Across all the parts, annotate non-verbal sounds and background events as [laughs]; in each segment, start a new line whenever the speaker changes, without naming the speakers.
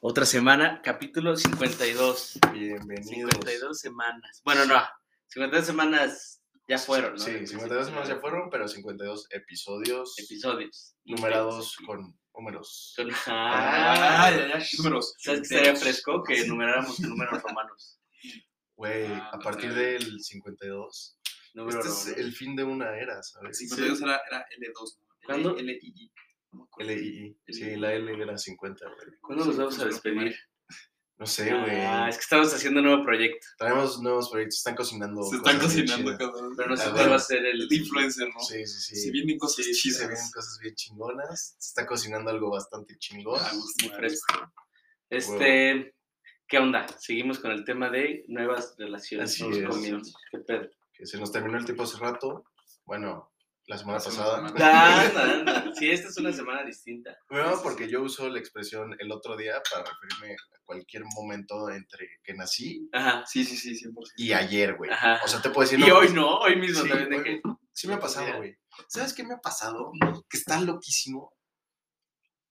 Otra semana, capítulo 52.
Bienvenidos.
52 semanas. Bueno, no, 52 semanas ya fueron, ¿no?
Sí, 52 semanas ya fueron, pero 52 episodios
Episodios. pues,
numerados con números.
Con-
Ah,
Ay,
ya, ya,
números.
¿Sabes qué sería fresco? Que numeráramos en números
[laughs]
romanos.
Güey,
Ah,
a
no
partir
sé.
del 52.
Número
Este es
romano.
el fin de una era, ¿sabes?
Sí, pero era, era L2. ¿no?
¿Cuándo?
L- LII. No me acuerdo.
LII. Sí, la L era 50, güey.
¿Cuándo nos vamos a despedir?
No sé, güey.
Ah, es que estamos haciendo un nuevo proyecto,
Traemos nuevos proyectos, están cocinando.
Se están
cosas bien
cocinando,
chidas.
cabrón.
pero no sé
Ah,
cuál va
bueno.
a ser el...
El influencer, ¿no?
Sí, sí, sí.
Si vienen cosas
Sí, se
chidas.
vienen cosas bien chingonas. Se está cocinando algo bastante chingón.
Ah,
Muy fresco. Este... ¿Qué onda? Seguimos con el tema de nuevas relaciones.
Así
nuevos
es.
comienzos. ¿Qué
[laughs]
pedo?
Que se nos terminó el tiempo hace rato. Bueno, la semana
La semana
pasada.
pasada.
Anda, anda. Sí, esta es una semana distinta.
Bueno, porque yo uso la expresión el otro día para referirme a cualquier momento entre que nací
Ajá.
Sí, sí, sí, 100%.
y ayer, güey.
Ajá.
O sea, te puedo decir.
Y
no,
hoy no, hoy mismo
Sí,
también de
güey,
que.
sí me ha pasado,
Mira.
güey. ¿Sabes qué me ha pasado? Que está loquísimo.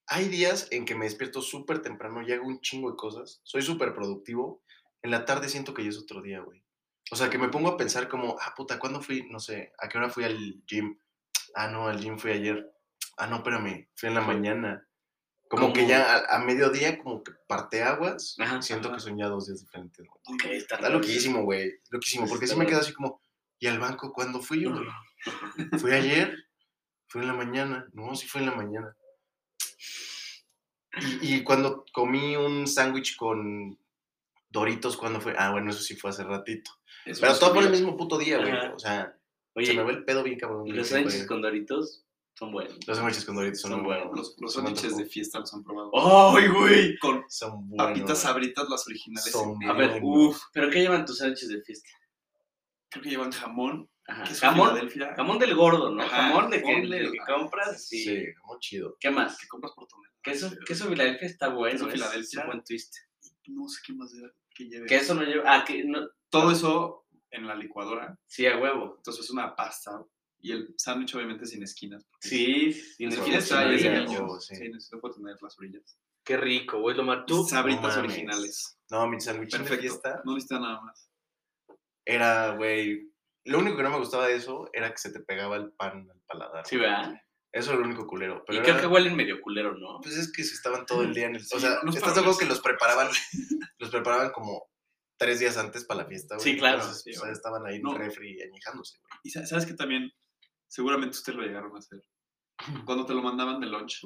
Hay días en que me despierto súper temprano y hago un chingo de cosas. Soy súper productivo. En la tarde siento que ya es otro día, güey. O sea, que me pongo a pensar como, ah, puta, ¿cuándo fui? No sé, ¿a qué hora fui al gym? Ah, no, al gym fui ayer. Ah, no, espérame, fui en la mañana. Como que
Como-
ya a, a mediodía, como que parte aguas.
Ajá,
siento
ajá.
que son ya dos días diferentes, güey.
Ok, está
Está loquísimo, güey. Loquísimo, porque sí me
Está-
quedo así como, ¿y al banco cuándo fui,
[laughs]
güey? ¿Fue ayer? ¿Fue en la mañana? No, sí fue en la mañana. Y, y cuando comí un sándwich con Doritos, ¿cuándo fue? Ah, bueno, eso sí fue hace ratito.
Es
Pero
una
todo por el
subida.
mismo puto día, güey.
Ajá.
O sea, se me
Oye,
va el pedo bien cabrón.
¿y
güey,
los
siempre.
sándwiches con doritos son buenos.
Los sándwiches con Doritos son, muy buenos.
Los, los
Se me
sándwiches de
antojó.
fiesta los han
Oh,
probado.
¡Ay, güey!
Con
Son buenos.
papitas
güey.
sabritas, las originales.
Son
en-
A ver,
Bien,
uff.
¿Pero qué llevan tus sándwiches de fiesta?
Creo que llevan jamón.
Ajá.
queso
Ah, Jamón,
Filadelfia.
jamón del gordo, ¿no?
Ajá,
jamón de que,
jamón
de
del-
que compras.
Sí,
Sí.
muy chido.
¿Qué más?
Que compras por tonelada.
Queso, queso Filadelfia está bueno.
Queso
es
Filadelfia.
un buen twist.
No sé qué más lleva- que lleve.
Queso no lleva. Ah, que no.
Todo eso en la licuadora.
Sí, a huevo.
Entonces es una pasta. Y el sándwich obviamente sin esquinas. porque
Sí, sin
Las
esquinas
Eso
orillas
sí,
está
trae
sí,
ese
bien.
sí,
niño.
huevo, sí.
Sí, necesito puedo tener las orillas.
Qué rico, voy a tomar tú.
Sabritas
No mames.
originales.
No, mi sándwich de
Perfecto.
fiesta
No necesita nada más.
era, güey. Lo único que no me gustaba de eso era que se te pegaba el pan al paladar.
Sí, ¿verdad?
Eso es lo único culero. Pero
y creo
era-
que huelen medio culero, ¿no?
Pues es que se estaban todo el día en el. o
Sí,
sea,
unos
estás de acuerdo
paroles.
que los preparaban, [laughs] los preparaban como tres días antes para la fiesta, güey.
Sí, claro.
Entonces,
Sí,
pues,
güey.
estaban ahí en
No.
el refri añejándose, güey.
Y sa- sabes que también, seguramente ustedes lo llegaron
[laughs]
a hacer. Cuando te lo mandaban de lunch,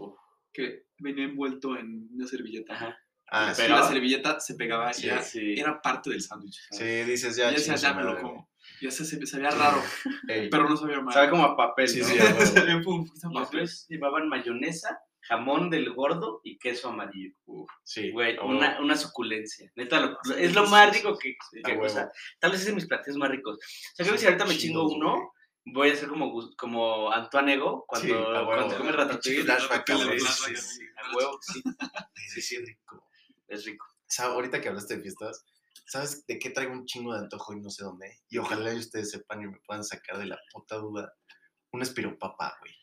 que venía envuelto en una servilleta.
Ajá.
Ah,
Pero
Pero-
la servilleta se pegaba y
Sí,
era,
sí.
era parte del sándwich.
sí.
¿sabes?
Sí, dices ya.
Ya decía,
chingue su
ya me lo
madre,
como. Ya se, se- sabía raro,
güey. Ey,
pero no sabía mal. [laughs]
Sabe como a papel,
Sí,
¿no?
sí, a huevo.
[laughs]
Sabía pum, esta
Los
papel.
tres llevaban mayonesa, jamón del gordo y queso amarillo.
sí.
Güey,
a huevo.
una, una suculencia. Neta, lo- lo- es lo
Sí,
más
sí,
rico que...
A
que- o
huevo.
sea, tal vez es de mis platillos más ricos. O sea, creo que si
Sí,
ahorita me chingo
chidos,
uno, voy a ser como, Gus- como Antoine Ego cuando,
Sí, a huevo.
cuando come ratatouille.
Flashback, cabrón.
flashback,
Sí,
sí.
A huevo, sí,
Sí, sí, rico.
es rico.
Sa- ahorita que hablaste de fiestas, ¿sabes de qué traigo un chingo de antojo y no sé dónde? Y ojalá y ustedes sepan y me puedan sacar de la puta duda. Un espiropapa, güey.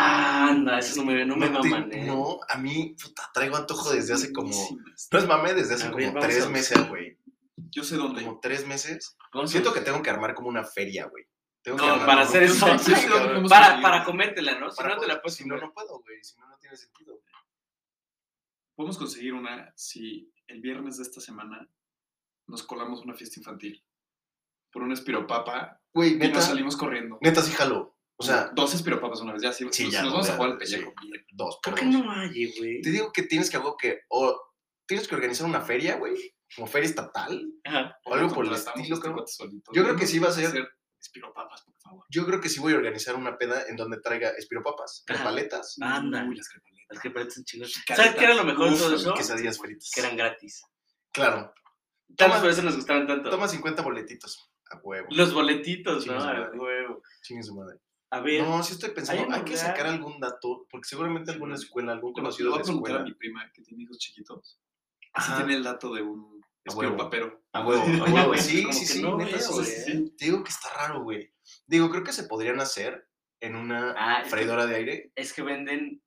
Anda, eso no me, no me
te-
maman, eh.
No, a mí, puta, traigo antojo desde hace como.
Buenísimas.
No es mame, desde
A
hace
ver,
como
vamos a
tres
buscar.
meses, güey.
Yo sé dónde.
Como tres meses.
Vamos a-
Siento que tengo que armar como una feria, güey. Tengo que
No,
armar
para
como-
hacer eso. [laughs]
Sí,
Sí,
cabrón.
digamos,
Para, para comértela, ¿no? Si
Para
no te la
poder-
puedes
Si no,
comer.
no puedo, güey. Si no, no tiene sentido.
Podemos conseguir una si el viernes de esta semana nos colamos una fiesta infantil por un espiropapa
Güey,
y nos
neta,
salimos corriendo.
neta, sí jalo. O sea,
dos espiropapas una vez, ya sí.
Sí,
nos,
ya,
nos
no,
vamos
ya,
a jugar al
sí.
pellejo. bien.
dos por
Creo que
dos.
no hay, güey.
Te digo que tienes que algo que... O tienes que organizar una feria, güey. Como feria estatal.
Ajá.
O algo por el
Contratamos
estilo,
este
creo.
cuate solito.
Yo creo que sí va a ser-
Hacer espiropapas, por favor.
Yo creo que sí voy a organizar una peda en donde traiga espiropapas,
Ajá.
paletas,
Anda.
Uy, las crepaletas.
Las que parecen chingadas.
Chicaretas.
¿Sabes qué era lo mejor de todo
y
eso?
quesadillas fritas.
Que eran gratis.
Claro.
Tal
Toma-
vez por eso nos gustaban tanto.
Toma 50 boletitos. A huevo.
Los boletitos,
Sí,
¿no?
los
A
boletos.
huevo.
Chingue su madre.
A ver.
No, sí estoy pensando,
un
hay que sacar
lugar-
algún dato, porque seguramente alguna
Sí.
escuela, algún
Bueno, le
conocido
voy
de
a preguntar a
escuela.
mi prima que tiene hijos chiquitos. Si
Ajá.
tiene el dato de un
A huevo.
espiropapero.
A huevo, a
Oye,
huevo.
güey,
Sí,
como
sí,
que
sí,
no
neta,
veo,
güey.
¿eh?
Sí.
Te digo que está raro, güey. Digo, creo que se podrían hacer en una
Ah, es que,
freidora de aire.
es que venden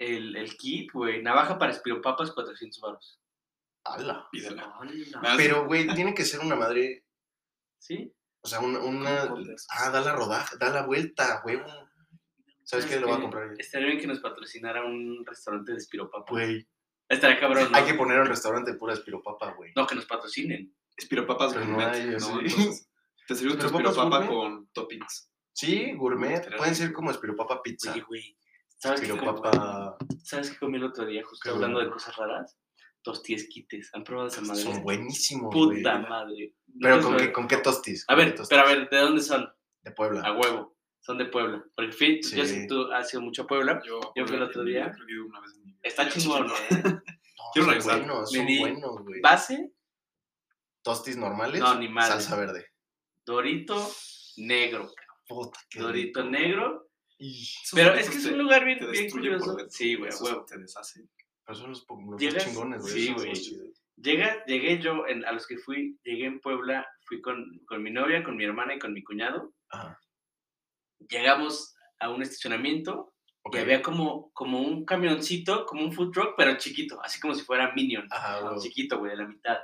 el, el kit, güey. Navaja para espiropapas, 400 baros.
Ala.
[laughs] Pídela.
Hola.
Pero, güey, tiene que ser una madre.
¿Sí?
O sea, una. una-
¿Cómo cortas?
ah, da la rodaja, da la vuelta, huevo. ¿Sabes
¿Sabes
qué? Lo voy a
qué?
comprar yo.
Estaría bien que nos patrocinara un restaurante de espiropapas.
Güey.
Estaría cabrón, ¿no?
Hay que poner un restaurante de pura espiropapa, güey.
No, que nos patrocinen.
Espiropapas
Pero no
gourmet,
hay,
¿no?
sí.
Entonces,
[laughs]
te sirves tu
Espiropapas
espirapapa
gourmet.
con toppings.
Sí, gourmet.
Estaría
Pueden ser
rico.
como espiropapa pizza.
Oye, güey. ¿Sabes qué, comí?
Espiropapa
¿Sabes qué comí el otro día? Justo
¿Qué, güey?
hablando de cosas raras. Tosties quites. ¿Han probado esa madre?
son buenísimos, güey.
Puta madre.
Pero
No,
¿con
no,
qué, con qué tostis?
A
¿Con qué
ver,
tostis?
pero a ver, ¿de dónde son?
De Puebla.
A huevo. Son de Puebla. Porque fíjate, yo sé
Sí.
que tú has ido mucho a Puebla.
Yo,
Yo fui el otro día.
Creo que he ido una vez en mi vida. [laughs]
Está chingón, ¿no?
Quiero
son
regresar.
buenos,
Me
son
di-
buenos, güey.
Base,
Tostis normales.
No, ni madre.
Salsa verde.
dorito, negro.
Puta, qué
Dorito
rico.
negro.
Y-
Esos
Pero es
esos
que es
te-
un lugar bien,
Te
bien
destruyen por
curioso.
dentro.
Sí, güey, a
Esos
huevo.
Te deshacen.
Pero son los, po- los más
Llegas-
chingones, güey.
sí,
esos son
güey.
los chidos.
Llega, llegué yo, en- a los que fui, llegué en Puebla, fui con, con mi novia, con mi hermana y con mi cuñado.
Ajá.
Llegamos a un estacionamiento
Ok.
y había como, como un camioncito, como un food truck, pero chiquito, así como si fuera Minion.
Ajá, güey.
Chiquito, güey, de la mitad.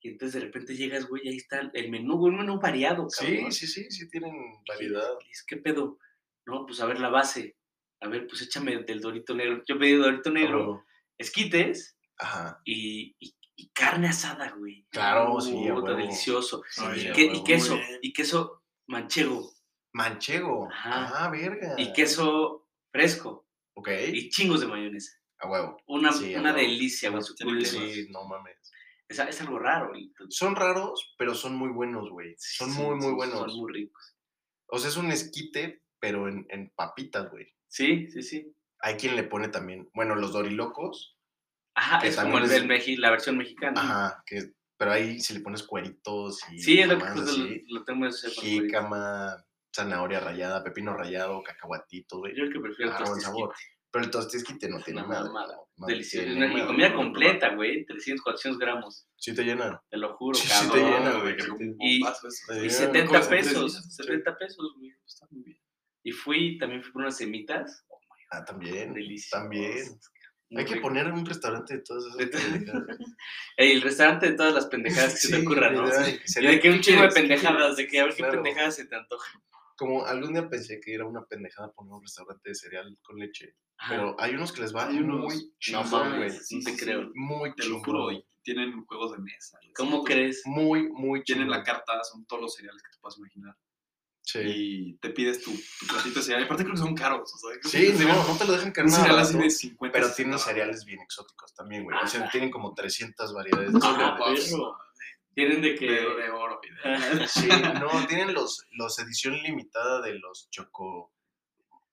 Y entonces de repente llegas, güey, y ahí está el menú, güey, un menú variado,
Sí,
cabrón.
sí, sí, sí tienen variedad.
Y dices, ¿qué pedo? No, pues a ver la base. A ver, pues échame del dorito negro. Yo pedí dorito negro, esquites
Ajá.
y, y- y carne asada, güey.
Claro, sí, a
Puta,
huevo.
delicioso.
pues, Sí,
Y,
a
que- y
huevo.
queso,
Muy bien.
y queso manchego,
Manchego.
Ajá.
Ah, verga.
y queso fresco,
Ok.
y chingos de mayonesa.
A huevo.
Una,
Sí, a
una
huevo.
delicia, güey, suculento.
Sí, no mames.
Es, es algo raro. y-
Son raros, pero son muy buenos, güey. Son
sí,
muy, muy
son-
buenos.
Son muy ricos.
O sea, es un esquite, pero en, en papitas, güey.
Sí, sí, sí.
Hay quien le pone también, bueno, los dorilocos,
Ajá,
Que
es como
también
el, del
es-
Meji- la versión mexicana.
ajá, que, pero ahí si le pones cueritos y
Sí, es lo que
mamadas
justo
así,
lo, lo tengo que hacer. con el cuerito.
jícama, zanahoria rallada, pepino rallado, cacahuatito, güey.
Yo el que prefiero
Ah,
el
buen
tostes
sabor. Pero el tostisquite no
Es
tiene
una
nada.
mamada,
no
Delicioso.
tiene
Una-
nada,
Y comida
no, no, no.
completa, güey. 300, 400 gramos.
Sí te llena.
Te lo juro,
Sí,
Ah,
sí
cabrón.
te llena, güey,
que
sí
como
te-
un
y-
bombazo eso.
te
Y
llena.
Como
70
tres
pesos.
días,
70 pesos, güey.
Está muy bien.
Y fui, también fui por unas semitas.
Ah, también.
Deliciosas.
también.
Muy
Hay que
rico.
poner un restaurante de todas esas.
De todo.
pendejadas.
Ey, el restaurante de todas las pendejadas que se te
Sí,
ocurran, ¿no?
¿verdad?
Y de que un chingo de
quieres? ¿Qué
pendejadas, de que a ver qué
Claro.
pendejadas se te antoja.
Como algún día pensé que era una pendejada poner un restaurante de cereal con leche.
Ajá.
Pero Ah, hay unos que les va
Hay unos-
muy
no
chingón, güey.
mames, no te
sí,
creo.
Muy
Te lo
chingón.
juro, y tienen juegos de mesa. y así,
¿Cómo
entonces,
crees?
Muy, muy chingón.
Tienen la carta, son todos los cereales que te puedas imaginar.
Sí,
Y te pides tu, tu platito de cereal. Y aparte creo que son caros. O sea, creo que
sí
son
no, no te lo dejan caer
Un
nada
cereal
barato,
así de 50.
Pero
60
tienen
baros.
cereales bien exóticos también, güey. O sea, tienen como 300 variedades de
Ah,
Ah,
cereales.
perro. Tienen de
de,
que.
de oro. y
[laughs]
de-
Sí, no, tienen los, los edición limitada de los choco...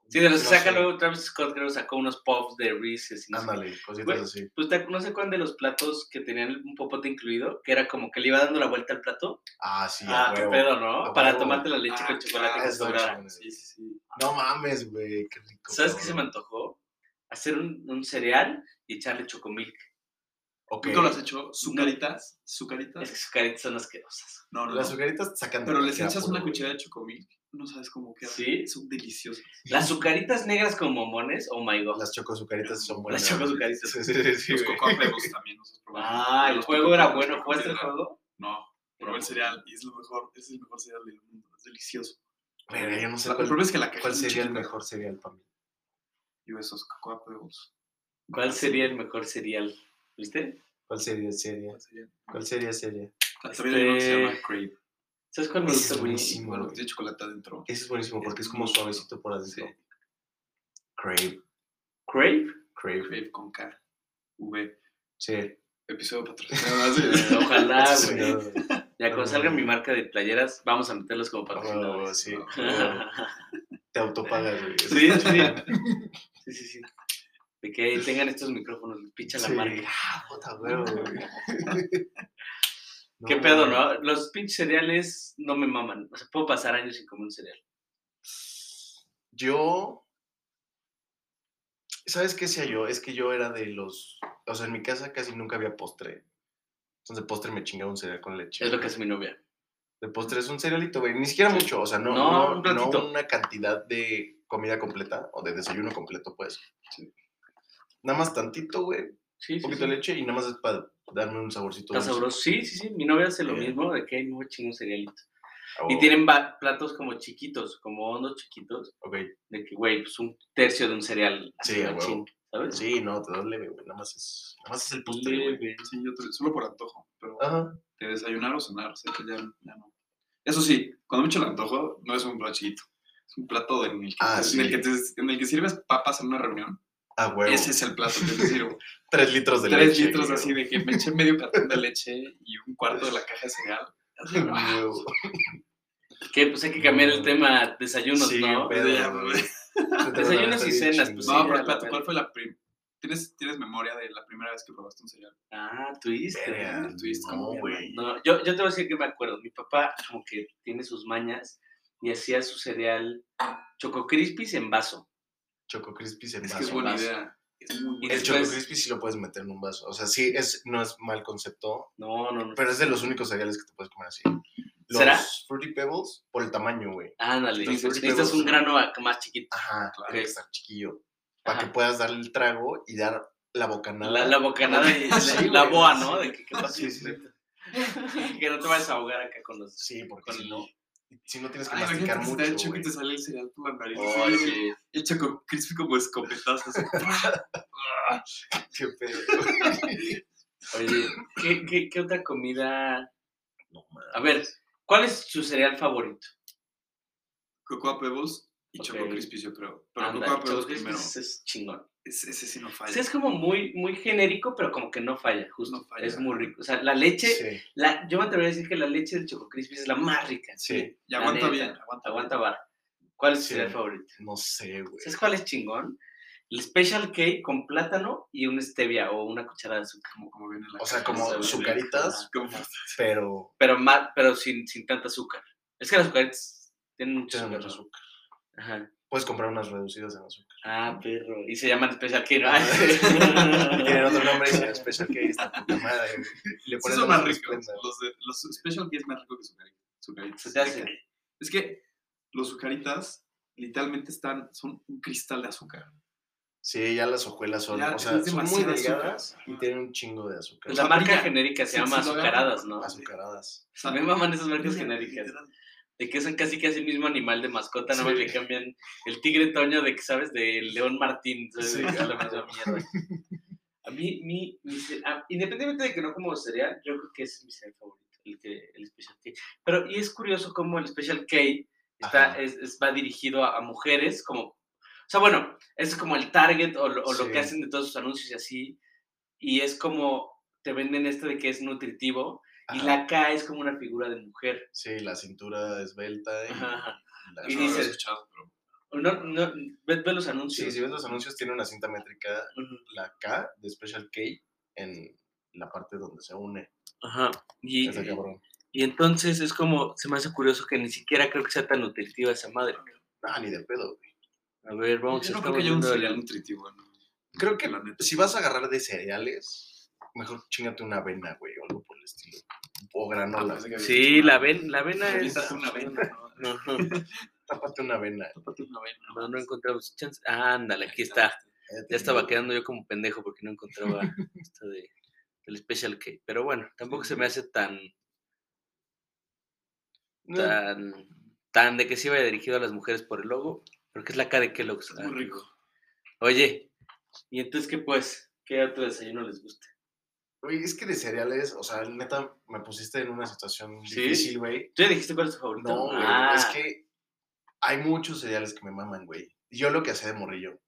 Sí, de los
no
que saca
sé,
luego Travis Scott, creo, sacó unos puffs de Reese's. y no sé qué.
Ándale, cositas
Güey.
así.
Pues te- no sé cuál de los platos que tenían un popote incluido, que era como que le iba dando la vuelta al plato.
Ah, sí, a
Ah, qué
huevo.
pedo, ¿no?
A
Para
huevo.
tomarte la leche
Ah,
con chocolate
claro,
que
es lo
sobrara.
chingón.
Sí, sí, sí.
No mames, güey, qué rico.
¿Sabes qué se me
cabrón.
antojó? Hacer un, un cereal y echarle chocomilk.
Ok.
¿Nunca lo has hecho? ¿Sucaritas?
Es que
¿Sucaritas?
sus caritas son asquerosas.
No, no,
Las
no.
azucaritas te sacan de
Pero
la
les
cara
echas
puro,
una
güey.
cuchara de chocomil. No sabes cómo queda.
¿Sí?
Son deliciosas.
Las azucaritas negras con momones, oh my god.
Las chocosucaritas son buenas.
Las chocosucaritas.
[laughs] Sí, sí, sí, sí,
Los
güey. [laughs]
cocoflebos también. los has probado.
Ah, el
Los
juego era
cocoflebos,
bueno.
los
¿Jugaste el
cocoflebos.
juego?
No, probé el cereal y es lo mejor. Es el mejor cereal del mundo. Es delicioso.
Verga, yo no sé
La-
cuál,
el problema es que la caja
cuál
es muy
sería el
chiquita.
mejor cereal para mí.
Yo esos cocoflebos.
¿Cuál sería el mejor cereal? ¿Viste?
¿Cuál sería sería?
¿Cuál sería? Ah,
¿Cuál sería sería?
También hay uno que se
Este-
llama Crave.
¿Sabes cuál me
Ese
gusta?
es
güey?
buenísimo.
Bueno,
güey.
tiene chocolate adentro.
Ese es buenísimo porque es
Es
como
muy
suavecito por adentro.
Sí.
Crave,
¿Crave?
[laughs] crave.
Crave con K. V.
Sí. [laughs]
Episodio patrocinado. Ah, Sí.
Ojalá,
Ese
Ah, güey.
sería-
[laughs] Ya cuando salga
Mm.
mi marca de playeras, vamos a meterlos como
Ah, huevo,
[laughs] patrocinadores.
sí. huevo. Te autopagas, güey.
sí, sí.
[laughs]
Sí, sí, sí. De que ahí tengan estos micrófonos, les picha la
Sí.
marca.
Ah, puta,
[laughs]
huevo, güey.
Qué pedo, ¿no? Los pinches cereales no me maman. O sea, puedo pasar años sin comer un cereal.
Yo. ¿Sabes qué hacía yo? Es que yo era de los. O sea, en mi casa casi nunca había postre. Entonces, de postre me chingaba un cereal con leche.
Es lo que hace mi novia.
De postre es un cerealito, güey. Ni siquiera mucho. O sea, no,
No,
no,
un
no
platito.
una cantidad de comida completa o de desayuno completo, pues. Nada más tantito, güey.
Sí,
Un
sí,
poquito
sí.
de leche y nada más es para darme un saborcito.
Está
dulce.
sabroso. Sí, sí, sí. Mi novia hace lo
Bien.
mismo, de que hay muy chingos cerealitos.
Ah,
Y
oh,
tienen va- platos como chiquitos, como hondos chiquitos,
Ok.
de que, güey, pues un tercio de un cereal. así,
Sí, a huevo.
machín, ¿Sabes?
Sí, no, te das leve, güey. Nada más es, nada más es el postre, güey.
Leve.
Sí, yo te- solo por antojo, pero
Ajá.
de desayunar o cenar, o sea que ya, ya no. Eso sí, cuando me echo el antojo, no es un plato chiquito. Es un plato en el que,
Ah,
en
sí.
el que, te- en el que sirves papas en una reunión.
A Ah, huevo.
Ese es el plato que te sirvo.
Tres litros de
Tres
leche.
litros
güey.
así de que me eché medio cartón de leche y un cuarto de la caja de cereal. Así,
A
¡guau!
huevo.
Que pues hay que cambiar el tema desayunos,
Sí,
¿no?
pero-
Ya, güey.
Desayunos y cenas, pues,
No,
Sí,
pero
a la
espérate,
verga.
¿cuál fue la prim- ¿Tienes, ¿Tienes memoria de la primera vez que probaste un cereal?
Ah, twist.
Verga,
el twist,
no,
como
güey.
No, yo, yo te voy a decir que me acuerdo. Mi papá como que tiene sus mañas y hacía su cereal Choco Crispis en vaso.
Choco Crispis en
Es
vaso.
que es buena
vaso.
idea. Es muy buena
Y
El
idea.
después-
Choco Crispy sí lo puedes meter en un vaso. O sea, sí, es, no es mal concepto,
No, no, no.
pero es de los únicos cereales que te puedes comer así. Los
¿Será?
Fruity Pebbles, por el tamaño, güey.
Ándale.
Entonces,
Necesitas
pero-
un grano a- más chiquito.
Ajá, claro.
Ok.
Tiene que estar chiquillo. Para
Ajá.
que puedas darle el trago y dar la bocanada.
La, la bocanada y la,
Ah, [laughs] Sí,
la
güey,
boa,
sí.
¿no? De que, que, pase
Sí, sí.
directo. [laughs] que no te vayas a ahogar acá con los...
Sí, porque
Con
si
el-
no, si no tienes que masticar
Ay, imagínate que está el
mucho,
choco y
güey.
te sale el cereal por la nariz.
Ay,
así,
sí.
El choco crispy como escopetazo. así.
Qué pedo.
Oye, ¿qué, qué, qué otra comida?
No,
A ver, ¿cuál es su cereal favorito?
Cocoa Pebbles y Choco
Ok.
Crispy, yo creo. Pero
Ándale,
Cocoa
Choco
Pebbles
Crispis
primero.
es chingón.
Ese, ese sí no falla.
Sí, es como muy, muy genérico, pero como que no falla, justo.
No falla.
Es muy rico. O sea, la leche,
Sí,
la, yo me atrevería a decir que la leche del Choco Crispis es la más rica.
sí.
Y aguanta
La neta.
bien, aguanta,
Aguanta vara. ¿Cuál es tu
Sí.
cereal favorito?
No sé, güey.
¿Sabes cuál es chingón? El special cake con plátano y un stevia o una cucharada de azúcar.
Como, como viene la
O sea,
caja,
como
se ve
sucaritas,
bien. [laughs] Como-
pero
Pero, más, pero sin, sin tanta azúcar. Es que las azucaritas tienen mucho
tienen
azúcar.
mucho
¿no?
azúcar.
Ajá.
Puedes comprar unas reducidas en azúcar.
Ah, perro. Y se llaman special cake. ¿no? Ay, [laughs]
Tienen otro nombre y se Special K. Está puta madre, güey. Y Le
Sí
pones
son
más
más ricos.
esplenda.
Los, de- los Special K es más rico que sucari- sucaritas.
Se te hace.
Es que los sucaritas literalmente están, son un cristal de azúcar.
Sí, ya las hojuelas son,
Ya,
o sea,
es
son muy
demasiado azúcar.
delgadas y tienen un chingo de azúcar.
Pues la
sea,
marca
brillan.
genérica se
Sí,
llama
sí, lo veo.
azucaradas, ¿no?
Azucaradas.
A mí me maman esas marcas
Brillan,
genéricas.
literal.
de que son casi casi el mismo animal de mascota, nada más
Sí.
le cambian el tigre Toño de que sabes de León Martín, ¿sabes?
Sí.
Es la misma mierda.
[laughs]
A mí, mi, mi ce- ah, independientemente de que no como cereal, yo creo que ese es mi cereal favorito, el, que, el Special K. Pero, y es curioso cómo el Special K está,
Ajá.
es, es- va dirigido a, a mujeres, como, o sea, bueno, es como el target o, lo- o lo
Sí.
que hacen de todos sus anuncios y así, y es como, te venden esto de que es nutritivo, y
Ajá.
la K es como una figura de mujer.
Sí, la cintura esbelta y
Ajá, ajá.
la-
Y
No lo había
dices-
escuchado, pero
No, no, ve, ve los anuncios.
Sí, si ves los anuncios, tiene una cinta métrica,
Ujú.
la K de Special K, en la parte donde se une.
Ajá. Y,
Ese cabrón.
y entonces es como, se me hace curioso que ni siquiera creo que sea tan nutritiva esa madre.
Ah, ni de pedo, güey.
A ver, vamos
Yo no
a
creo que haya un cereal nutritivo. ¿no?
Creo que
La neta.
si vas a agarrar de cereales, mejor chingate una avena, güey, o algo por el estilo. O granola.
pensé que había
Sí,
dicho
la,
Ah, una-
ven, la avena es...
Aviéntate una avena, ¿no?
No, no,
Tápate una avena.
Tápate una avena,
no, no encontramos chance. Ah, ándale, aquí está. Ya estaba
quedando.
quedando yo como pendejo porque no encontraba [laughs] esto de, del Special K. Pero bueno, tampoco se me hace tan, tan, tan de que se iba dirigido a las mujeres por el logo. Porque es la K de Kellogg's.
Es
Ah,
muy rico.
Oye, ¿y entonces qué pues? ¿Qué otro desayuno les gusta?
Güey, es que de cereales, o sea, neta, me pusiste en una situación
¿Sí?
difícil, güey.
¿Tú ya dijiste cuál es tu favorito?
No, güey,
Ah,
es que hay muchos cereales que me maman, güey. Yo lo que hacía de morrillo.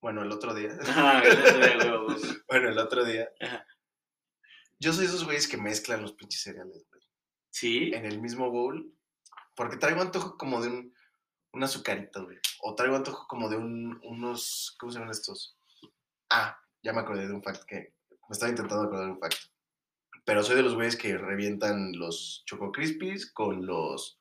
Bueno, el otro día.
[laughs]
[laughs]
Ah, güey, güey, güey, güey.
bueno, el otro día.
Ajá.
Yo soy esos güeyes que mezclan los pinches cereales, güey.
Sí.
En el mismo bowl. Porque traigo antojo como de un, un azucarito, güey. O traigo antojo como de un, unos. ¿Cómo se llaman estos? Ah, ya me acordé de un fact que. Me estaba intentando acordar de un fact. Pero soy de los güeyes que revientan los Choco Crispies con los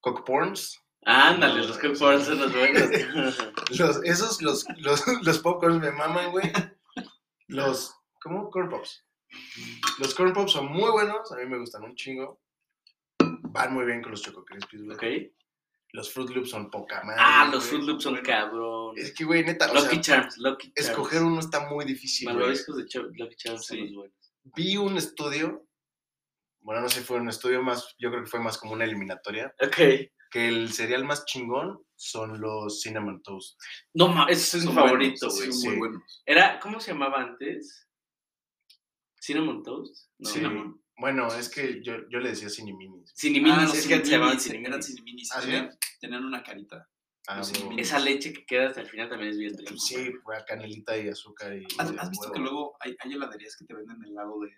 Cock Porns. [laughs]
Ándale,
No,
los
güey,
que
o sea,
fueron son los buenos. [laughs]
Los, esos, los, los, [laughs] los popcorns me maman, güey. Los, ¿cómo? Corn Pops. Los Corn Pops son muy buenos, a mí me gustan un chingo. Van muy bien con los Choco Crispies, güey.
ok.
Los Fruit Loops son poca madre.
Ah,
güey.
los Fruit Loops son
bueno.
cabrón.
Es que, güey, neta, o
Lucky
sea,
Charms, Lucky Charms.
escoger uno está muy difícil. güey.
Malvaviscos de Ch- Lucky Charms son
Sí.
los buenos.
Vi un estudio, bueno, no sé, fue un estudio más, yo creo que fue más como una eliminatoria,
Ok.
que el cereal más chingón son los Cinnamon Toast.
No, ma, ese es mi
Son
favorito,
buenos,
güey.
sí,
sí.
Son muy buenos.
Era, ¿cómo se llamaba antes? Cinnamon Toast. No.
Sí.
Cinnamon.
Bueno, es que yo, yo le decía Ciniminis.
Ciniminis,
Ah,
es que antes se llamaban
ciniminis, eran
ciniminis.
ciniminis.
¿Ah, sí?
tenían, tenían una carita.
Ah,
Los
huevo.
Ciniminis.
Esa leche que queda hasta el final también es bien rica.
Sí, güey, canelita y azúcar y...
¿Has, has visto
huevo.
que luego hay, hay heladerías que te venden helado de,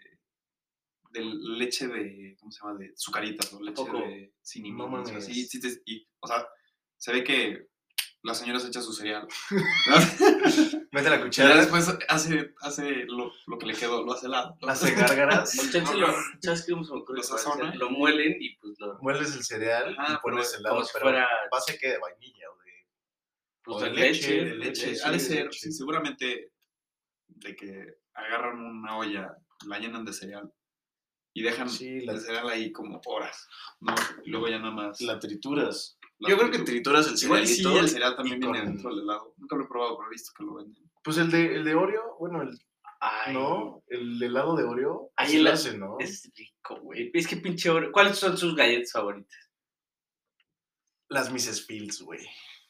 de leche de, ¿cómo se llama? De sucaritas, ¿no? Leche
poco?
de
No
ciniminis.
mames.
así, sí, sí, y, o sea, se ve que la señora se echa
[laughs]
su cereal.
Mete la
Y ya
cuchara,
después hace, hace lo, lo que le quedó, lo hace helado. [laughs] ¿no?
hace Pues gárgaras, [laughs]
O chance lo, ¿sabes qué? Como se me ocurre
Lo
que puede ser,
sazona.
Lo muelen y pues lo...
mueles el cereal
Ajá,
y pones
pero
helado,
Como
pero
si fuera
base que de vainilla o de...
pues,
o
de
de
leche.
leche,
de leche.
leche,
ha de
sí,
ser,
leche.
sí, seguramente, de que agarran una olla, la llenan de cereal y dejan
Sí, la-
el cereal ahí como horas, ¿no? Y luego ya nada más.
La trituras.
la
yo creo que
tritu-
trituras el cereal
Igual y sí, Pues el cereal también
y
viene
con-
dentro del helado. Nunca lo he probado, pero he visto que lo venden.
Pues el de, el de Oreo, bueno, el,
Ay,
no, el helado de Oreo,
Ay,
así
el-
lo hacen, ¿no?
Es rico, güey. Es que pinche oro. ¿Cuáles son sus galletas favoritas?
Las Mrs. Fields, güey.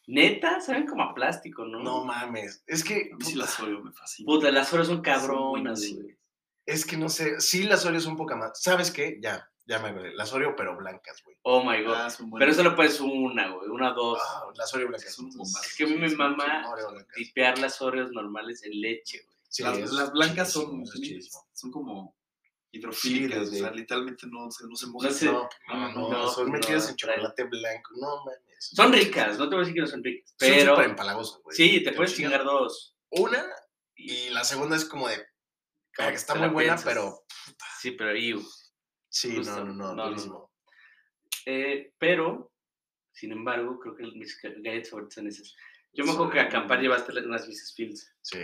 Neta, saben como a plástico, ¿no?
No mames. Es que,
A mí sí
puta,
las Oreo me fascina.
Puta, las horas son
Son
cabronas,
buenísimas.
güey.
es que no sé. Sí, las Oreo son poca más. ¿Sabes qué? Ya, ya me acordé. Las Oreo, pero blancas, güey.
Oh my god.
Ah, son
Pero
buenas.
solo puedes una, güey. Una, dos.
Ah, las Oreo blancas.
Son un
entonces,
bombazo.
es que a mí me
sí,
mama
son Oreo blancas.
tipear las Oreos normales en leche, güey.
sí,
las,
es
las blancas
chidísimo,
son,
eso es
muy-
chidísimo.
son como hidrofílicas,
desde-
o sea, literalmente no se, no se
No
mojan.
sé.
No, no, no,
no,
son
no,
metidas en
no,
chocolate blanco. No mames.
Son ricas, no te voy a decir que no son ricas.
Son
Pero.
súper empalagosas, güey.
Sí, te
Te
puedes
chingan.
chingar dos.
Una y la segunda es como de.
Como
ah, que está
te
muy
la
buena,
piensas.
pero.
Sí, pero iu.
Sí,
Justo.
no, no,
No,
no,
no,
durísimo.
Eh, pero, sin embargo, creo que mis ga- galletas favoritas son esas. Yo me
Sí.
acuerdo que a acampar llevaste la- unas Mrs. Fields.
Sí.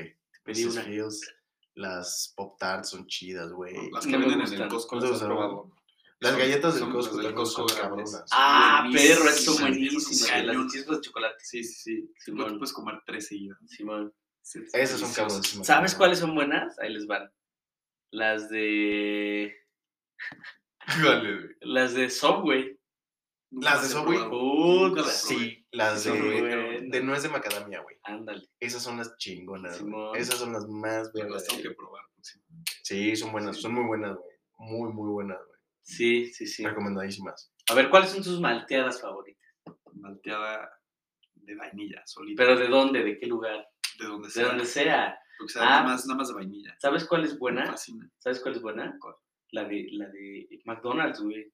pedí
Mrs.
una.
Fields, las Pop Tarts son chidas, güey.
Las
No
que
me
venden en
gustan.
el Costco
eh, No
las
te
has
gustan,
probado.
Las
Son-
galletas del
son
Costco
las del
también son
Costco grandes.
cabronas.
Ah,
Buenísimas.
perro, estas son
Sí,
buenísimas.
sí,
Las
yo-
de chispas de chocolate.
Sí, sí, sí.
Sí, bueno.
Igual te
Pues,
puedes comer tres seguidas.
Simón.
Sí, sí,
Esas son
deliciosas.
cabronísimas.
¿Sabes cuáles son buenas? Ahí les van. Las de.
Híjole, güey.
Las de Subway.
Nunca
Las de
he
Subway.
probado.
Puta,
las probé.
Sí, las
Son muy
de,
buenas.
de nuez de macadamia, güey.
Ándale.
Esas son las chingonas. güey.
Simón.
Esas son las más
Pero
buenas.
Las tengo que probar. sí.
Sí, son buenas, son muy buenas, güey. Muy, muy buenas, güey.
Sí, sí, sí.
Recomendadísimas.
A ver, ¿cuáles son sus malteadas favoritas?
Malteada de vainilla, solita.
¿Pero de dónde? ¿De qué lugar?
de donde
De
sea.
donde sea.
Porque sabe nada
Ah.
más, nada más de vainilla.
¿Sabes cuál es
Me
buena?
fascina.
¿Sabes cuál es buena?
¿Cuál?
La de, la de McDonald's, güey.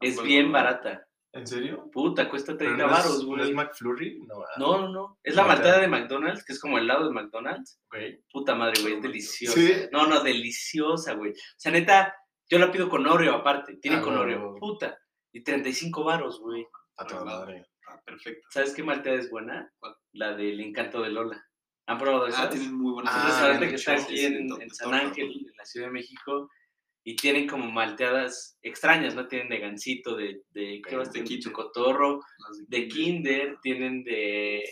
Es
¿Cuál,
bien
cuál?
barata.
¿En serio?
Puta, cuesta
Pero
30
no es-
baros,
¿No es
güey.
McFlurry? No, ah. ¿verdad?
No, no, no. Es la
Neta.
malteada de McDonald's, que es como el lado de McDonald's.
Ok.
Puta madre, güey, es
Sí.
deliciosa.
Sí.
No, no, deliciosa, güey. O sea, neta, yo la pido con Oreo aparte. Tiene
Ah,
con
güey,
Oreo.
güey.
Puta. Y 35 baros, güey.
A toda madre.
Ah, perfecto.
¿Sabes qué malteada es buena?
¿Cuál?
La del encanto de Lola. ¿Han probado esa?
Ah, tienen muy buenas.
un
Ah,
restaurante
bien
que está
hecho.
aquí en, en San Ángel, en la Ciudad de México, y tienen como malteadas extrañas, ¿no? Tienen de gansito, de, de, ¿qué
Ok,
más
de
tienen?
Kinder.
chocotorro,
Las
de kinder, tienen de,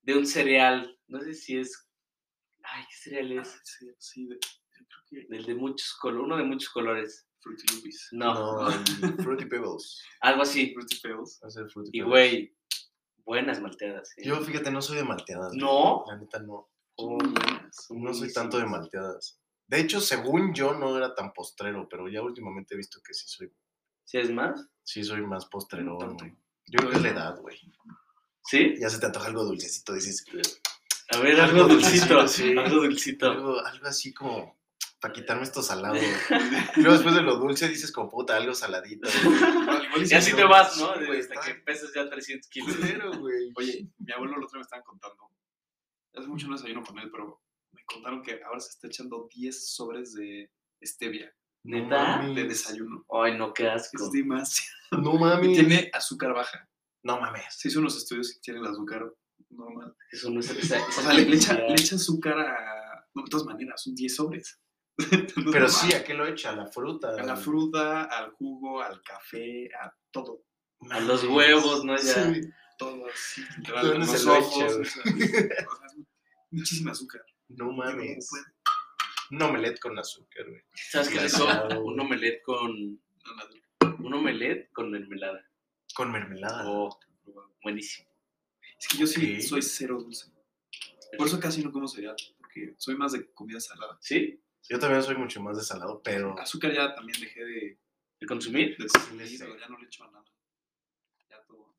de un cereal, no sé si es, ay, ¿qué cereal
Ah,
es?
Sí, sí, de, yo creo que
Del de muchos colores, uno de muchos colores,
Fruity Loopies.
no,
el Fruity Pebbles.
algo así,
Fruity Pebbles.
Es el Fruity
y
Pebbles.
güey, buenas malteadas. ¿eh?
Yo, fíjate, no soy de malteadas. güey.
¿No?
La neta, no.
Oh,
Muy buenas.
No soy
buenísimas.
tanto de malteadas. De hecho, según yo, no era tan postrero, pero ya últimamente he visto que sí soy,
¿Sí es más?
sí soy más postrero.
tanto.
güey. Yo creo que es la edad, güey.
¿Sí?
Ya se te antoja algo dulcecito, dices.
A ver, algo,
Algo
dulcito,
dulcito, sí.
algo dulcito.
Algo, algo así como para quitarme estos salados. Y luego después de lo dulce dices como puta,
[laughs]
algo saladito. güey.
Igual- igual
Y así
sí,
te vas, ¿no?
Sí, güey,
Desde
está
que pesas ya 300 kilos.
culero, güey.
Oye, mi abuelo el otro día me estaban contando. Hace mucho no desayuno con él, pero me contaron que ahora se está echando 10 sobres de stevia
No
¿neta?
mames.
de desayuno.
Ay, no, qué
Es
asco.
demasiado.
No
Y
mames.
tiene azúcar baja.
No mames.
Se hizo unos estudios que tiene el azúcar normal.
Eso no es esa-
O
esa
sea, le, le echa,
publicidad.
le echa azúcar a. No, de todas maneras, son 10 sobres. [laughs] Entonces,
Pero
Pues no
sí,
mames.
¿a qué lo echa? A la fruta.
A la fruta, al jugo, al café, a todo.
A los huevos, ¿no? Ya.
Sí.
Todo así,
Todo
literal,
en
en los
ese
ojos.
leche,
o sea, o sea, muchísima azúcar.
No
Yo no
mames.
puedo.
Un omelette con azúcar, güey.
¿Sabes qué le hizo?
Claro.
Un omelet con.
No, nada, no
Un omelet con mermelada.
Con mermelada.
Oh, buenísimo.
Es que yo sí
Ok.
soy cero dulce. Por eso casi no como cereal, porque soy más de comida salada.
¿Sí?
Yo también soy mucho más de salado, pero
Azúcar ya también dejé de,
¿El consumir?
de
Sí,
consumir,
sí.
ya no le echo a nada. Ya todo.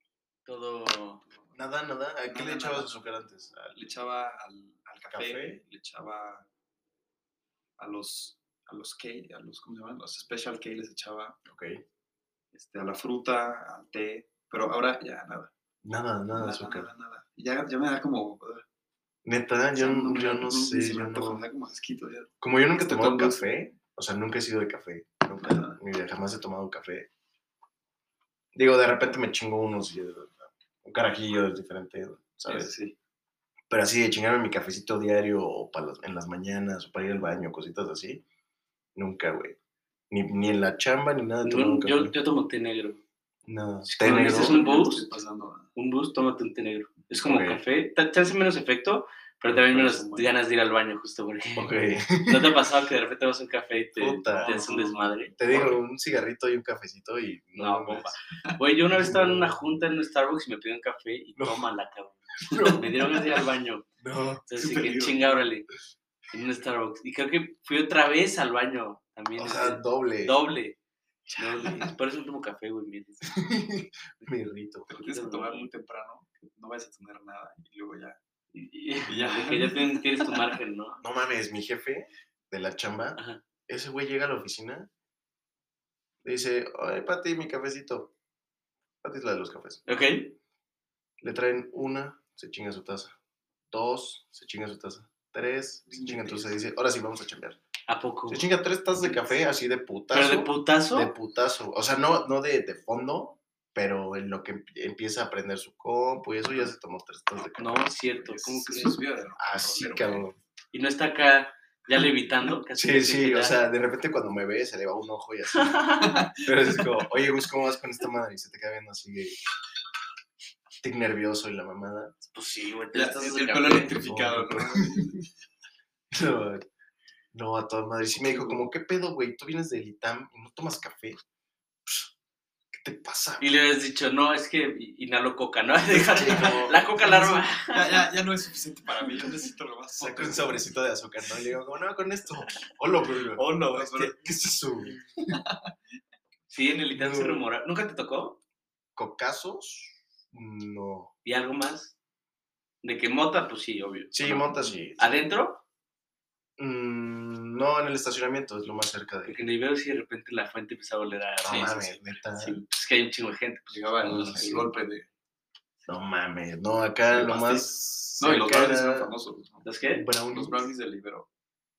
Todo.
todo.
nada, nada. ¿A qué
Nada,
le echabas
nada.
azúcar antes? Al-
Le echaba al, al café,
Café.
le echaba a los a los que, a los ¿cómo se llaman? Los special K les echaba
Ok.
este, a la fruta, al té, pero ahora ya nada.
Nada, nada,
Nada,
azúcar.
nada, nada. Ya, ya me da como
Neta,
O
Ah, yo,
sea, no me-
yo
ni-
no
ni
sé.
se me
Yo
antoja,
no...
me da como asquito, ya.
Como yo nunca he
Estoy
tomado
con dos.
café, o sea, nunca he sido de café. Nunca,
Ajá.
ni de- jamás he tomado café. Digo, de repente me chingo unos, y, o sea, un carajillo es diferente, ¿sabes?
Sí, sí.
Pero así de chingarme mi cafecito diario o para las, en las mañanas o para ir al baño, cositas así, nunca, güey. Ni, ni en la chamba ni nada. he tomado
Yo,
café.
yo, yo tomo té negro.
Nada.
Sí,
Té
cuando
negro.
dices un
Me estoy
boost.
pasando a-
Un bus, tómate un té negro. Es como
Ok.
café. ta- Chance menos efecto, pero también
Pero
menos
son buenos.
ganas de ir al baño, justo porque.
Ok.
¿No te ha pasado que de repente vas a un café y te,
Puta.
te haces un desmadre?
Te digo, un cigarrito y un cafecito y...
No,
mames.
bomba. Güey, yo una vez estaba en una junta en un Starbucks y me pidieron café y
No.
toma la cabrón.
[laughs]
[laughs] Me dieron ganas de ir al baño.
No.
Entonces
Qué
dije,
peligro.
chinga, órale. En un Starbucks. Y creo que fui otra vez al baño también.
O
este,
sea, doble.
doble. Doble. Por eso no tomo café, güey. mira.
[laughs] Mi rito.
Te lo tienes que tomar muy temprano, que no vayas a tener nada y luego ya.
Y, y-
Y ya.
que ya tienes, tienes tu margen, ¿no?
No mames, mi jefe de la chamba,
Ajá.
ese güey llega a la oficina, le dice, oye, Pati, mi cafecito. Pati es la de los cafés.
¿Ok?
Le traen una, se chinga su taza. Dos, se chinga su taza. Tres, se chinga. Entonces dice, ahora sí vamos a chambear.
¿A poco?
Se chinga tres tazas de café así de putazo.
¿Pero de putazo?
de putazo. O sea, no, no de, de fondo, pero en lo que empie- empieza a aprender su compu y eso ya se tomó tres tazas de café.
No, es cierto. ¿Cómo
que
crees?
se subió de rock and
Así,
rollero, güey.
Ah, cabrón.
Y no está acá ya levitando. casi
Sí,
que
sí,
ya- [laughs]
o sea, de repente cuando me ve se le va un ojo y así.
Pues
Pero es como, oye, Gus, ¿cómo vas con esta madre? Y se te queda viendo así de tic nervioso y la mamada. [laughs]
Pues sí, güey.
Ya,
tres tazas
el,
de
el
café.
pelo electrificado, ¿no?
No, no, a toda madre. Y sí me dijo, como, ¿qué pedo, güey? Tú vienes del ITAM y no tomas café. Psh, ¿Qué te pasa?
Y le habías dicho, no, es que inhalo coca, ¿no? [laughs]
Sí, como,
la coca larva.
Ya, ya, ya no es suficiente para mí, yo necesito lo más.
Saca un
potente.
sobrecito de azúcar, ¿no? Y le digo, como, no, con esto. Hola, bro.
Oh, no,
¿Qué,
pero-
¿Qué es eso? güey?
Sí, en el Itán se
No.
rumora. ¿Nunca te tocó?
¿Cocazos? No.
¿Y algo más? De que mota, pues sí, obvio.
Sí,
¿No?
montas sí.
¿Adentro?
Mm, no, en el estacionamiento es lo más cerca de.
Porque en el video sí de repente la fuente empezaba a oler a...
No
Sí, sí,
mames,
sí.
neta.
Sí, pues es que hay un chingo de gente. pues.
Llegaba el,
Ah,
el
sí.
golpe de.
No mames, no, acá
El
lo
pastel.
más.
No, y los
cerca
brownies
era
eran famosos. ¿no?
¿Sabes qué?
brownies.
Los brownies del Ibero.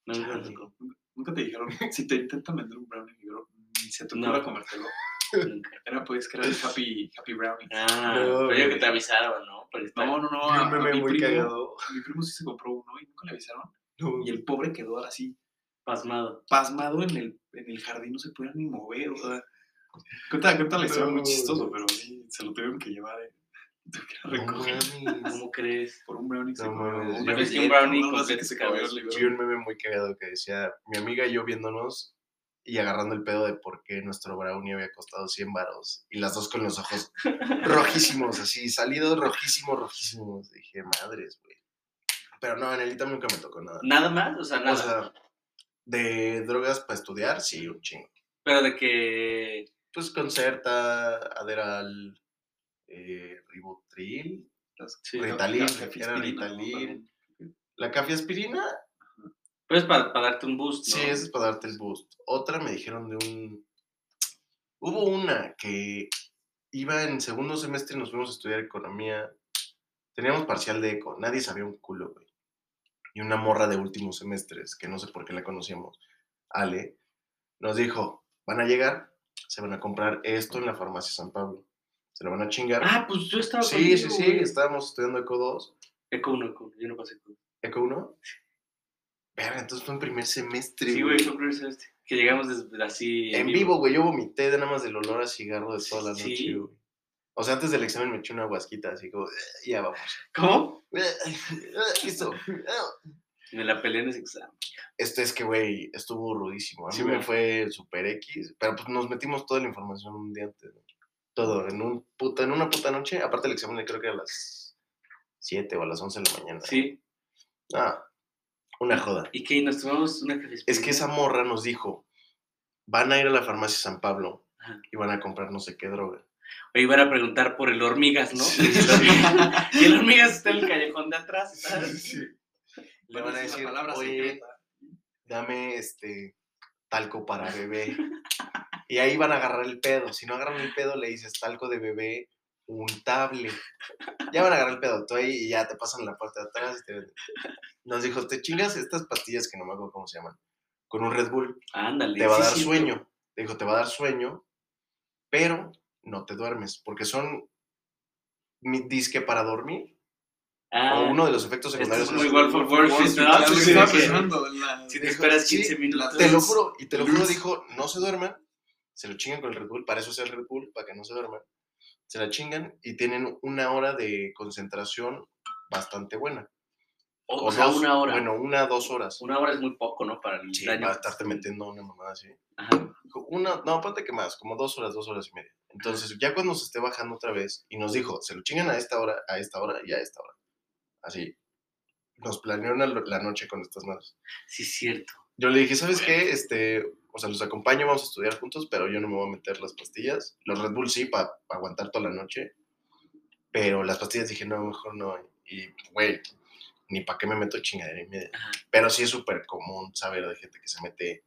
No, nunca me
Chale.
tocó.
Nunca te dijeron, [laughs] si te intentan vender un brownie del Ibero, ni se te
No.
ocurra comértelo.
Nunca.
Era pues que era el happy, happy brownie.
Ah,
[laughs]
pero yo
No,
que
güey.
te avisaba, ¿no? Pero está-
No, no, no.
Y
A,
un
a
meme
mi,
muy
primo,
cagado.
mi primo sí se compró uno y nunca le avisaron.
No,
Y el pobre quedó así,
Pasmado.
pasmado en el, en el jardín, no se podía ni mover. O sea, cuenta, cuenta la historia muy
No.
chistoso, pero sí, se lo tuvieron que llevar. eh. Tuvieron que
no
recoger
mames.
¿Cómo crees?
por un brownie. que se
No
comió,
mames, yo
un
me-
brownie,
un brownie
algo así
con
que se
ketchup,
comió el
güey.
Vi
libro.
un meme muy cagado que decía: Mi amiga y yo viéndonos y agarrando el pedo de por qué nuestro brownie había costado 100 varos. Y las dos con los ojos rojísimos, así, salidos rojísimos, rojísimos. Dije, madres, güey. Pero no, en el ITAM nunca me tocó nada.
¿Nada más? O sea, nada.
O sea, de drogas para estudiar, sí, un chingo.
pero de que...
Pues Concerta, Aderal, eh, Ribotril,
sí,
Ritalin,
¿no?
era Ritalin. La cafiaspirina,
Pero es para, para pues, darte un boost, ¿no?
sí, esa es para darte el boost. Otra me dijeron de un... Hubo una que iba en segundo semestre, nos fuimos a estudiar economía, teníamos parcial de eco, nadie sabía un culo, güey. Y una morra de últimos semestres, que no sé por qué la conocíamos, Ale, nos dijo, van a llegar, se van a comprar esto en la farmacia San Pablo, se lo van a chingar.
Ah, pues yo estaba
Sí,
contigo,
sí, sí,
güey.
estábamos estudiando Eco 2,
Eco uno, eco uno, Yo no pasé eco uno.
Eco 1. Verga, entonces fue en primer semestre.
Sí, güey, fue primero este. Que llegamos desde así...
En vivo, güey, yo vomité de nada más del olor a cigarro de toda la
Sí.
noche, güey. O sea, antes del examen me eché una guasquita, así como, "Eh, ya vamos.
¿Cómo?
[laughs] Listo.
Me la peleé en ese examen.
Esto es que, güey, estuvo rudísimo. A mí
Sí,
me
güey.
fue super X, pero pues nos metimos toda la información un día antes. ¿no? Todo, en, un puta, en una puta noche. Aparte el examen creo que era a las 7 o a las 11 de la mañana.
Sí.
Ah, una joda.
Y que nos tomamos una café.
Es que esa morra nos dijo, van a ir a la farmacia San Pablo
Ajá.
y van a comprar no sé qué droga.
O iban a preguntar por el hormigas, ¿no?
Sí.
Y el hormigas está en el callejón de atrás. ¿sabes?
[laughs] Le van a
Esa es la
decir,
palabra
"Oye,
secreta.
dame este talco para
[laughs]
bebé. y ahí van a agarrar el pedo. Si no agarran el pedo, le dices talco de bebé untable. Ya van a agarrar el pedo. Tú ahí y ya te pasan la parte de atrás. y te- Nos dijo, te chingas estas pastillas que no me acuerdo cómo se llaman. Con un Red Bull.
Ándale.
Te va
sí,
a dar
sí.
sueño. Dijo, te va a dar sueño, pero no te duermes. Porque son mi- disque para dormir.
Ah,
o uno de los efectos
esto es
secundarios.
muy
es-
Wolf of Wall Street, ¿no?
Claro,
Sí,
güey,
sí,
estaba
sí.
pensando en la-
Si te
dijo,
esperas
sí,
15 minutos.
Te lo juro, y te lo juro,
Luz.
dijo, no se duerman, se lo chingan con el Red Bull, para eso es el Red Bull, para que no se duerman. Se la chingan y tienen una hora de concentración bastante buena.
O, o sea,
dos-
una hora.
Bueno, una, dos horas.
Una hora es muy poco, ¿no? Para el
Sí,
daño.
para estarte metiendo una mamada así.
Ajá.
Dijo, Una, no, ponte que más, como dos horas, dos horas y media. Entonces, ya cuando se esté bajando otra vez, y nos dijo, se lo chingan a esta hora, a esta hora y a esta hora. Así. Nos planeó la, la noche con estas madres.
Sí, es cierto.
Yo le dije, ¿sabes qué? Este, o sea, los acompaño, vamos a estudiar juntos, pero yo no me voy a meter las pastillas. Los Red Bull sí, para aguantar toda la noche. Pero las pastillas dije, no, mejor no. Y, güey, ni para qué me meto chingadera y media.
Ajá.
Pero sí es súper común saber de gente que se mete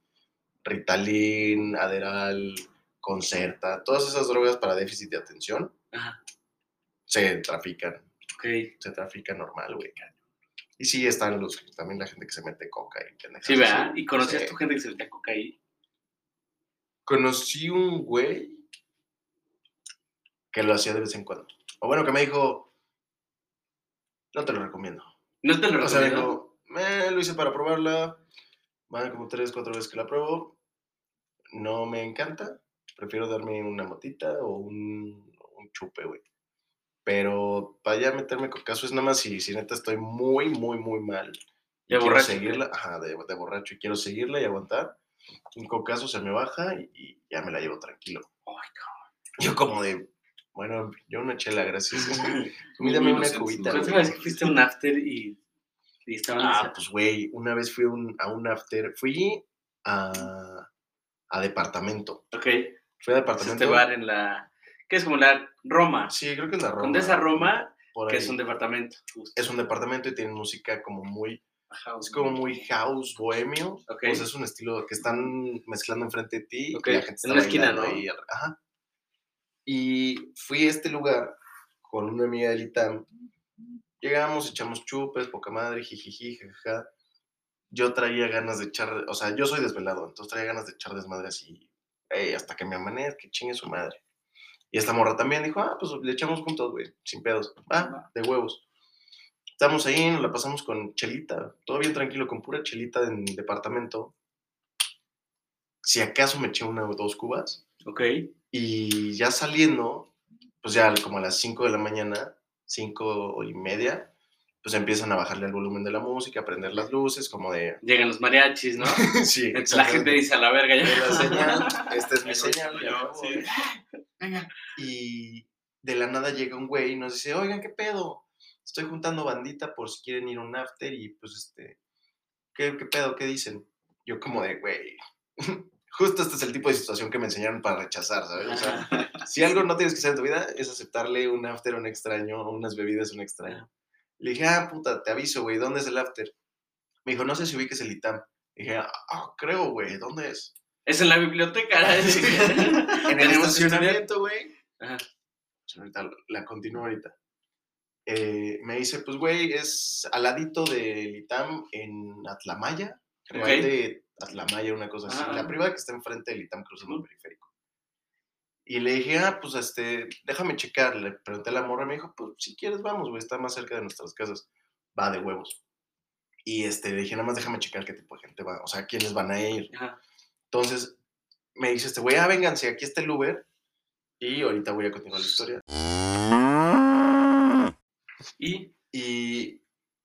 Ritalin, Aderal, Concerta, todas esas drogas para déficit de atención
Ajá.
se trafican,
Ok.
se trafican normal, güey. Y sí están los, también la gente que se mete coca y pendejadas
Sí,
así.
¿verdad? ¿Y conocías
Sí.
tú gente que se metía cocaína?
conocí un güey que lo hacía de vez en cuando. O bueno, que me dijo, no te lo recomiendo.
No te lo
O sea, me
recomiendo.
dijo, "Me lo hice para probarla. Van como tres, cuatro veces que la pruebo. No me encanta. Prefiero darme una motita o un, un chupe, güey. Pero para ya meterme con caso es nada más si, si neta estoy muy, muy, muy mal y
Ya
quiero
borracho,
seguirla, ajá, de, de borracho y quiero seguirla y aguantar. Un cocazo se me baja y, y ya me la llevo tranquilo.
Ay,
Yo como de, bueno, yo una chela, gracias.
cabrón.
Mídame una
1900,
cubita.
¿La
güey.
última vez que fuiste a un after y, y estaban
Ah,
esa-
pues güey, una vez fui a un, a un after, fui a, a departamento.
Ok.
Fui a
Es
departamento.
este bar en la... que es como la Roma.
Sí, creo que es la Roma.
Condesa Roma,
por
que
ahí.
es un departamento. justo.
Es un departamento y tienen música como muy,
House,
es como
¿no?
muy house, bohemio.
Ok.
O sea, es un estilo que están mezclando enfrente de ti
Ok,
y la gente está
en una esquina,
bailando
¿no?
ahí. Ajá. Y fui a este lugar con una amiga del ITAM. Llegamos, echamos chupes, poca madre, jijiji, jajaja. Yo traía ganas de echar, o sea, yo soy desvelado, entonces traía ganas de echar desmadre así, ey, hasta que me amanezca, que chingue su madre. Y esta morra también dijo, ah, pues le echamos juntos, güey, sin pedos. Ah,
Va.
de huevos. Estamos ahí, nos la pasamos con chelita, todo bien tranquilo, con pura chelita en departamento. Si acaso me eché una o dos cubas,
Ok.
y ya saliendo, pues ya como a las 5 de la mañana, 5 y media, pues empiezan a bajarle el volumen de la música, a prender las luces, como de...
Llegan los mariachis,
[laughs]
¿no?
sí,
Entonces la gente dice "Ah, a la verga
"Ve
ya.
la señal, esta es mi
Yo-
señal. ya
yo-
acabó".
sí. Venga.
Y de la nada llega un güey y nos dice, oigan, ¿qué pedo? Estoy juntando bandita por si quieren ir a un after y pues este, ¿qué, qué pedo? ¿Qué dicen? Yo como de, güey, [laughs] justo este es el tipo de situación que me enseñaron para rechazar, ¿sabes? O sea, si algo no tienes que hacer en tu vida es aceptarle un after a un extraño o unas bebidas a un extraño. Le dije, ah, puta, te aviso, güey, ¿dónde es el after? Me dijo, no sé si ubiques el ITAM. Dije, ah, ah, creo, güey, ¿dónde es?
Es en la biblioteca.
Sí. [laughs]
Tenemos este que
En el
estudiar.
estacionamiento, güey.
Ajá.
Pues ahorita lo- la continúo ahorita. Eh, me dice, pues, güey, es al ladito del ITAM en Atlamaya. Real
Ok.
de Atlamaya, una cosa así.
Ah.
La privada que está enfrente del ITAM cruzando el
Ujú.
periférico. Y le dije, ah, pues, este, déjame checar. Le pregunté a la morra y me dijo, pues, si quieres, vamos, güey, está más cerca de nuestras casas. Va de huevos. Y este, le dije, nada más déjame checar qué tipo de gente va, o sea, quiénes van a ir.
Ajá.
Entonces me dice este güey, ah, vénganse, aquí está el Uber. Y ahorita voy a continuar la historia.
Y
Y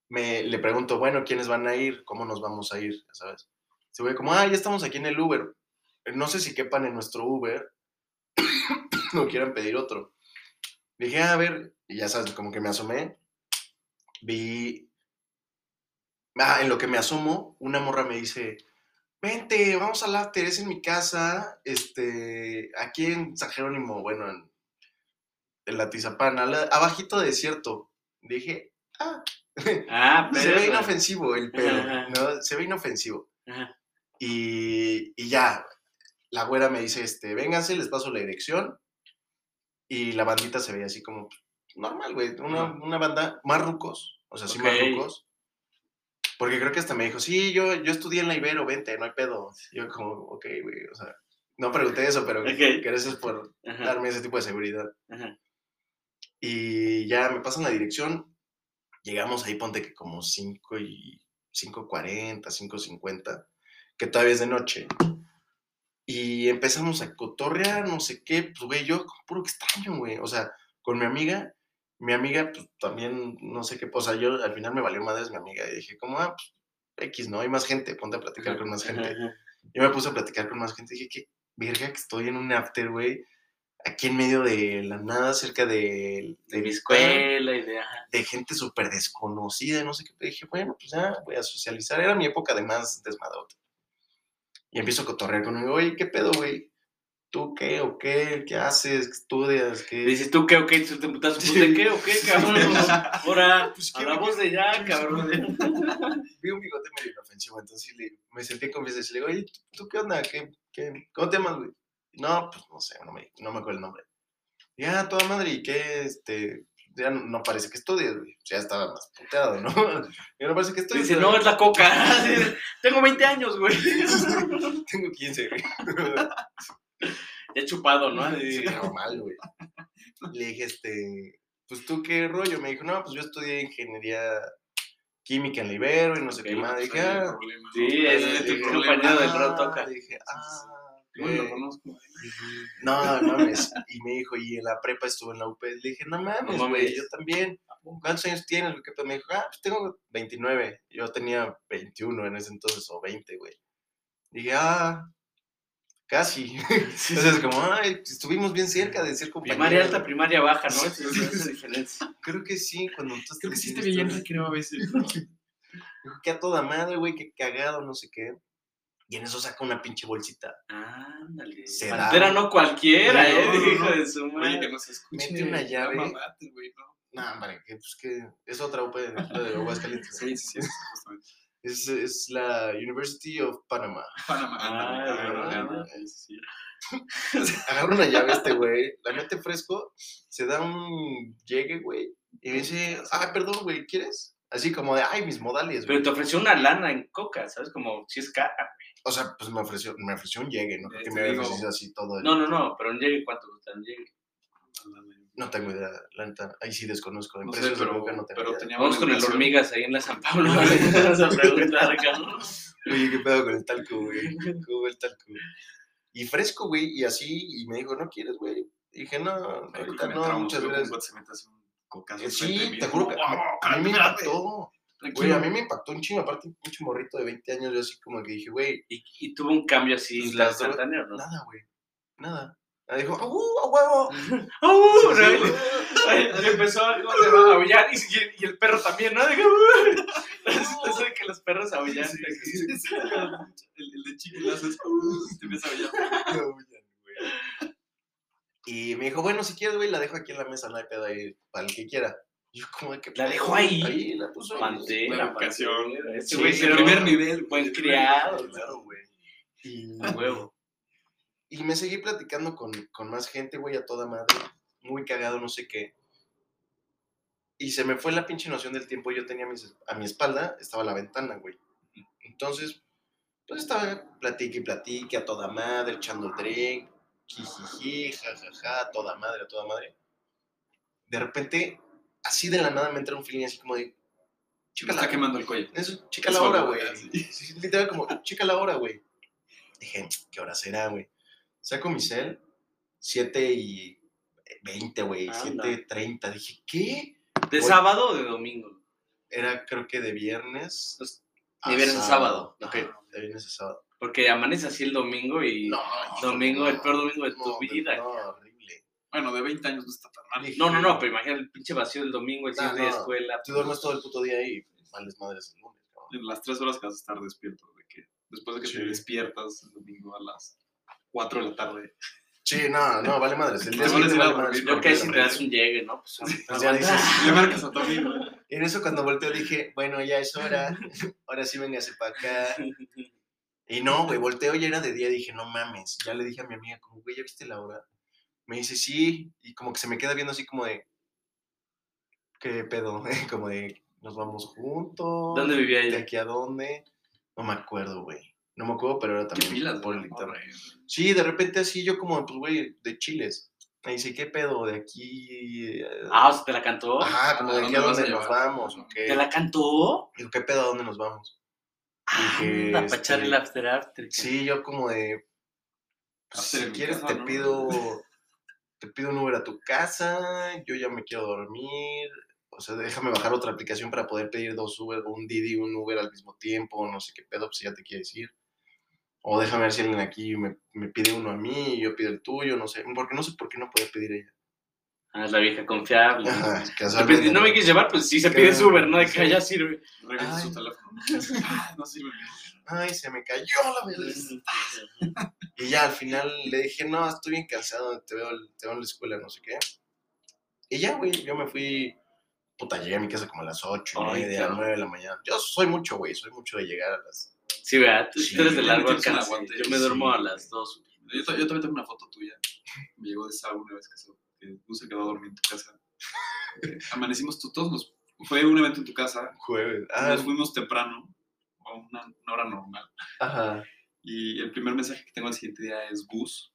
me, le pregunto, bueno, ¿quiénes van a ir? ¿Cómo nos vamos a ir? Ya ¿Sabes? Se ve como, ah, ya estamos aquí en el Uber. Eh, No sé si quepan en nuestro Uber [coughs] no quieran pedir otro. Dije, "Ah, a ver, y ya sabes, como que me asomé, vi... Ah, en lo que me asomo, una morra me dice, vente, vamos al after, es en mi casa, este, aquí en San Jerónimo, bueno, en, en la Tizapán, al- abajito de desierto. Dije, ah,
ah,
se
pero
ve inofensivo el pedo,
Ajá.
¿no? Se ve inofensivo.
Ajá.
Y, y ya, la güera me dice, este, vénganse, les paso la dirección. Y la bandita se veía así como normal, güey. Una,
Ajá.
una banda más rucos, o sea, sí más
Ok.
rucos. Porque creo que hasta me dijo, sí, yo, yo estudié en la Ibero, vente, no hay pedo. Yo como, ok, güey, o sea, no pregunté eso, pero
Ok.
gracias por
Ajá.
darme ese tipo de seguridad.
Ajá.
Y ya me pasan la dirección. Llegamos ahí, ponte que como 5 y 5.40, 5.50, que todavía es de noche. Y empezamos a cotorrear, no sé qué, pues güey, yo como puro extraño, güey. O sea, con mi amiga, mi amiga, pues también, no sé qué, o sea, yo al final me valió madres mi amiga y dije, como, ah, pues X, ¿no? Hay más gente, ponte a platicar con más gente.
Ajá.
Yo me puse a platicar con más gente. Dije, qué verga que estoy en un after, güey. Aquí en medio de la nada, cerca de, de
De mi
mi escuela,
escuela y de. Ajá.
de gente súper desconocida, no sé qué. Dije, bueno, pues ya voy a socializar. Era mi época de más desmadrote. Y empiezo a cotorrear con él. Oye, ¿qué pedo, güey? ¿Tú qué o qué? ¿Qué haces? ¿Qué estudias? ¿Qué?
Y Dices tú qué, ok, tú te putas, pues, ¿de qué, o qué,
[laughs]
cabrón? Ahora,
Pues, ¿qué,
hablamos de ya, cabrón.
vi un bigote medio inofensivo, entonces le- me sentí en confianza. Le digo, oye, ¿tú- ¿tú qué onda? ¿Qué, qué, ¿Cómo te llamas, güey? No, pues no sé, no me, no me acuerdo el nombre. Ya, toda madre, ¿y qué? Este, ya no, no parece que estudies, güey. Ya estaba más puteado, ¿no? [laughs] Ya no parece que estudies.
Dice, no,
güey.
es la coca. [laughs] Así de, Tengo 20 años, güey.
[laughs] Tengo 15, güey.
Ya chupado, ¿no? Así,
Sí, normal, güey. Le dije, este, pues tú qué rollo. Me dijo, no, pues yo estudié ingeniería química en la Ibero y no sé qué
Ok,
madre.
Ahí
Dije,
el
ah,
problema, ¿no?
Sí,
Ahí
es-
el
es tu
problema.
compañero del
ah,
rato acá.
Dije, ah,
Uy, lo
Eh,
ok.
conozco.
No, no mames. Y me dijo, y en la prepa estuvo en la UP. Le dije, no mames,
mames.
güey, yo también. ¿Cuántos años tienes? güey? ¿Qué pedo? Me dijo, ah, pues tengo 29. Yo tenía 21 en ese entonces, o 20, güey. Dije, ah, casi. [laughs] Entonces, como, ay, estuvimos bien cerca de ser compañeros.
Primaria alta, primaria baja, ¿no?
Sí,
Esa es esa es la diferencia.
Creo que sí, cuando tú
Creo que sí te
estás-
veía en recreo a veces. ¿no?
Dijo, que a toda madre, güey, que cagado, no sé qué. Y en eso saca una pinche bolsita.
Ándale.
Se da.
Pantera no cualquiera,
No,
¿eh?
no, no.
Hijo de su madre.
Oye, que nos escuche.
Mete una
la
llave.
mamá, güey, ¿no?
No, hombre, que, pues que es otra UP de, la de Aguascalientes.
[laughs] Sí, sí, sí, eso es justamente. [laughs]
Es, es la University of Panama.
Panamá.
Ah,
ándale,
es
ándale,
verdad.
ándale, sí, sí.
[laughs] Agarra una llave este güey, la mete fresco, se da un llegue, güey, y me dice, ah, perdón, güey, ¿quieres? Así como de, ay, mis modales, güey.
Pero te ofreció una lana en coca, ¿sabes? Como si es cara.
O sea, pues me ofreció, me ofreció un llegue, no creo
Eh,
que
te
me haya
digo-
ofrecido así todo. el-
No, no, no, pero un llegue, ¿cuánto cuesta un llegue?
Ándale.
No tengo idea, la neta, ahí sí desconozco, de
No sé,
precios de
pero,
coca no tengo
pero
idea.
teníamos
Vamos con el
educación.
hormigas ahí en la San
[laughs]
Pablo. Vamos a preguntar, cabrón.
[laughs] Oye, qué pedo con el
[laughs]
talco, güey, cómo el talco. Y fresco, güey, y así, y me dijo, ¿no quieres, güey? Y dije, no,
Ay,
ahorita
me
no,
traumó,
muchas
luego
gracias.
un cuate se mete así un cocazo
Eh, Sí,
enfrente de
te
mí,
juro
¿no? ¡Oh,
que a mí- a mí me impactó. Güey, a mí me impactó un chingo, aparte un pinche morrito de 20 años, yo así como que dije, güey,
Y, y tuvo un cambio así
Pues las drogas-
instantáneo, ¿no?
nada, güey, nada. Ah, dijo, ¡ah, uh, a
[laughs]
huevo!
¡Ah,
Sí,
uh!
sí,
¿no?
güey.
Ay, le empezó a ¿cómo se llama? a aullar y, y- y el perro también, ¿no? Digo, [laughs] "Uh". Eso de que los perros aullan.
Sí, sí, sí,
[laughs]
sí. El, el de Chicken Lazo es, "Uh", te empieza a bailar.
[laughs] No, güey, güey. Y me dijo, bueno, si quieres, güey, la dejo aquí en la mesa, no hay pedo ahí, para el que quiera. Yo como de que... "Pues,
La dejó ahí.
Ahí, la puso ahí.
Pantera,
Buena educación.
pantera. Ese
Sí,
güey
de
será
primer
un
nivel,
Buen
güey.
criado.
Claro, güey. Y,
¿no? Huevo.
y me seguí platicando con, con más gente, güey, a toda madre. Muy cagado, no sé qué. Y se me fue la pinche noción del tiempo. Yo tenía mis- a mi espalda, estaba la ventana, güey. Entonces, pues estaba platique y platique a toda madre, echando el drink, jijiji, jajaja, a toda madre, a toda madre. De repente, así de la nada me entra un feeling así como de,
Me está quemando el cuello.
eso, chica
Es
la hora,
algo,
güey.
sí.
[laughs] Sí, sí, Literal, como, chica la hora, güey. Dije, ¿qué hora será, güey? Saco mi cel, 7 y 20, güey,
Anda.
7 y 30. Dije, ¿qué?
¿De
Voy-
sábado o de domingo?
Era, creo que de viernes.
De viernes a sábado.
Ok, de viernes a sábado.
Porque amanece así el domingo y domingo, el peor domingo de tu
no,
vida. Ah,
No, horrible.
Bueno, de 20 años no está tan mal.
No, no, no, pero imagina el pinche vacío del domingo, el
No,
siguiente día de
no.
escuela.
Tú duermes todo el puto día y males madres el lunes, cabrón.
En las 3 horas que vas a estar despierto, de que después de que te
Sí.
despiertas el domingo a las 4 de la tarde.
Sí, no, no, vale madres.
[laughs]
El
Te
día siguiente
vuelves a ir a
vale madres.
dormir,
Yo
porque
que
la
si te
madre-
das un llegue, ¿no? Pues
Pues ya
[laughs]
dices,
Le marcas a tu amigo.
En eso cuando volteo dije, bueno, ya es
[laughs]
hora, ahora sí véngase para acá. Y no, güey, volteo ya era de día, dije, no mames. Ya le dije a mi amiga, como, güey, ¿ya viste la hora? Me dice, sí, y como que se me queda viendo así como de, ¿qué pedo? [laughs] como de, ¿nos vamos juntos?
¿Dónde vivía
¿De
ella?
aquí a dónde? No me acuerdo, güey. No me acuerdo, pero era
Qué
también
pilas,
por el
¿no?
internet.
Hombre.
Sí, de repente así yo como, pues, güey, de Chiles. Me dice, ¿qué pedo? ¿De aquí? eh,
Ah, o sea, ¿te la cantó?
Ajá, como
¿a
de aquí
dónde
a
vas a
dónde nos
llevar?
vamos, ¿o qué?
¿Te la cantó?
Digo, ¿qué pedo? ¿A dónde nos vamos? Dije,
Anda, para
este,
echar el after after. que-
Sí, yo como de. pues,
Hazte
si
en mi
quieres,
casa,
te
¿no?
pido. Te pido un Uber a tu casa. Yo ya me quiero dormir. O sea, déjame bajar otra aplicación para poder pedir dos Uber, un Didi, un Uber al mismo tiempo. No sé qué pedo, pues si ya te quieres ir. O déjame ver si alguien aquí me, me pide uno a mí y yo pido el tuyo, no sé. Porque no sé por qué no podía pedir ella.
Ah, es la vieja confiable.
Ajá,
Depende,
casualmente.
no me quieres llevar, pues sí se
Claro.
pide Uber, ¿no? De que ya sirve.
Revisa
Ay.
su teléfono. Ah, no sirve.
Ay, se me cayó la verdad. Y ya al final le dije, no, estoy bien cansado, te veo, te veo en la escuela, no sé qué. Y ya, güey, yo me fui, puta, llegué a mi casa como a las 8,
Ay,
media,
claro.
9 de la mañana. Yo soy mucho, güey, soy mucho de llegar a las...
Sí, vea, tú,
Sí,
tú eres de
ya
largo
me tienes un
alcance.
aguante,
Yo me
sí.
duermo a las dos.
Yo, ta- yo también tengo una foto tuya. Me llegó de esa una vez que se, que tú se quedó a dormir en tu casa. Eh, Amanecimos tú, todos. Nos, fue un evento en tu casa.
Jueves. Ah,
Nos fuimos temprano, a una, una hora normal.
ajá.
Y el primer mensaje que tengo al siguiente día es Gus,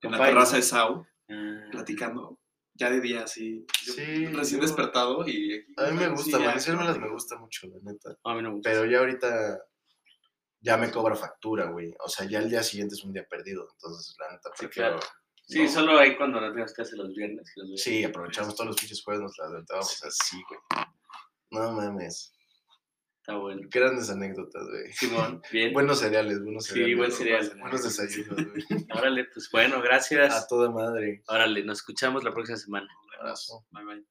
en la
Papá,
terraza de Sau,
Ah.
platicando. Ya de día, así. Yo
Sí,
Recién
yo-
despertado y. aquí-
A mí me
Sí,
gusta,
ya.
amanecérmelas me gusta mucho, la neta.
A mí no me gusta.
Pero ya ahorita ya me cobra factura, güey. O sea, ya el día siguiente es un día perdido, entonces la neta
Sí,
prefiero-
Sí,
no.
solo ahí cuando las tengas que hacer los viernes. y los viernes.
Sí, aprovechamos todos los pinches jueves, nos las aventábamos así, güey. No mames.
Está bueno.
Grandes anécdotas, güey.
Simón, bien.
Buenos cereales, buenos
Sí,
cereales.
buen
¿no?
cereal.
Buenos desayunos,
[laughs]
güey.
Órale, pues bueno,
A
gracias.
toda madre.
Órale, nos escuchamos la próxima semana.
Abrazo.
Bye, bye.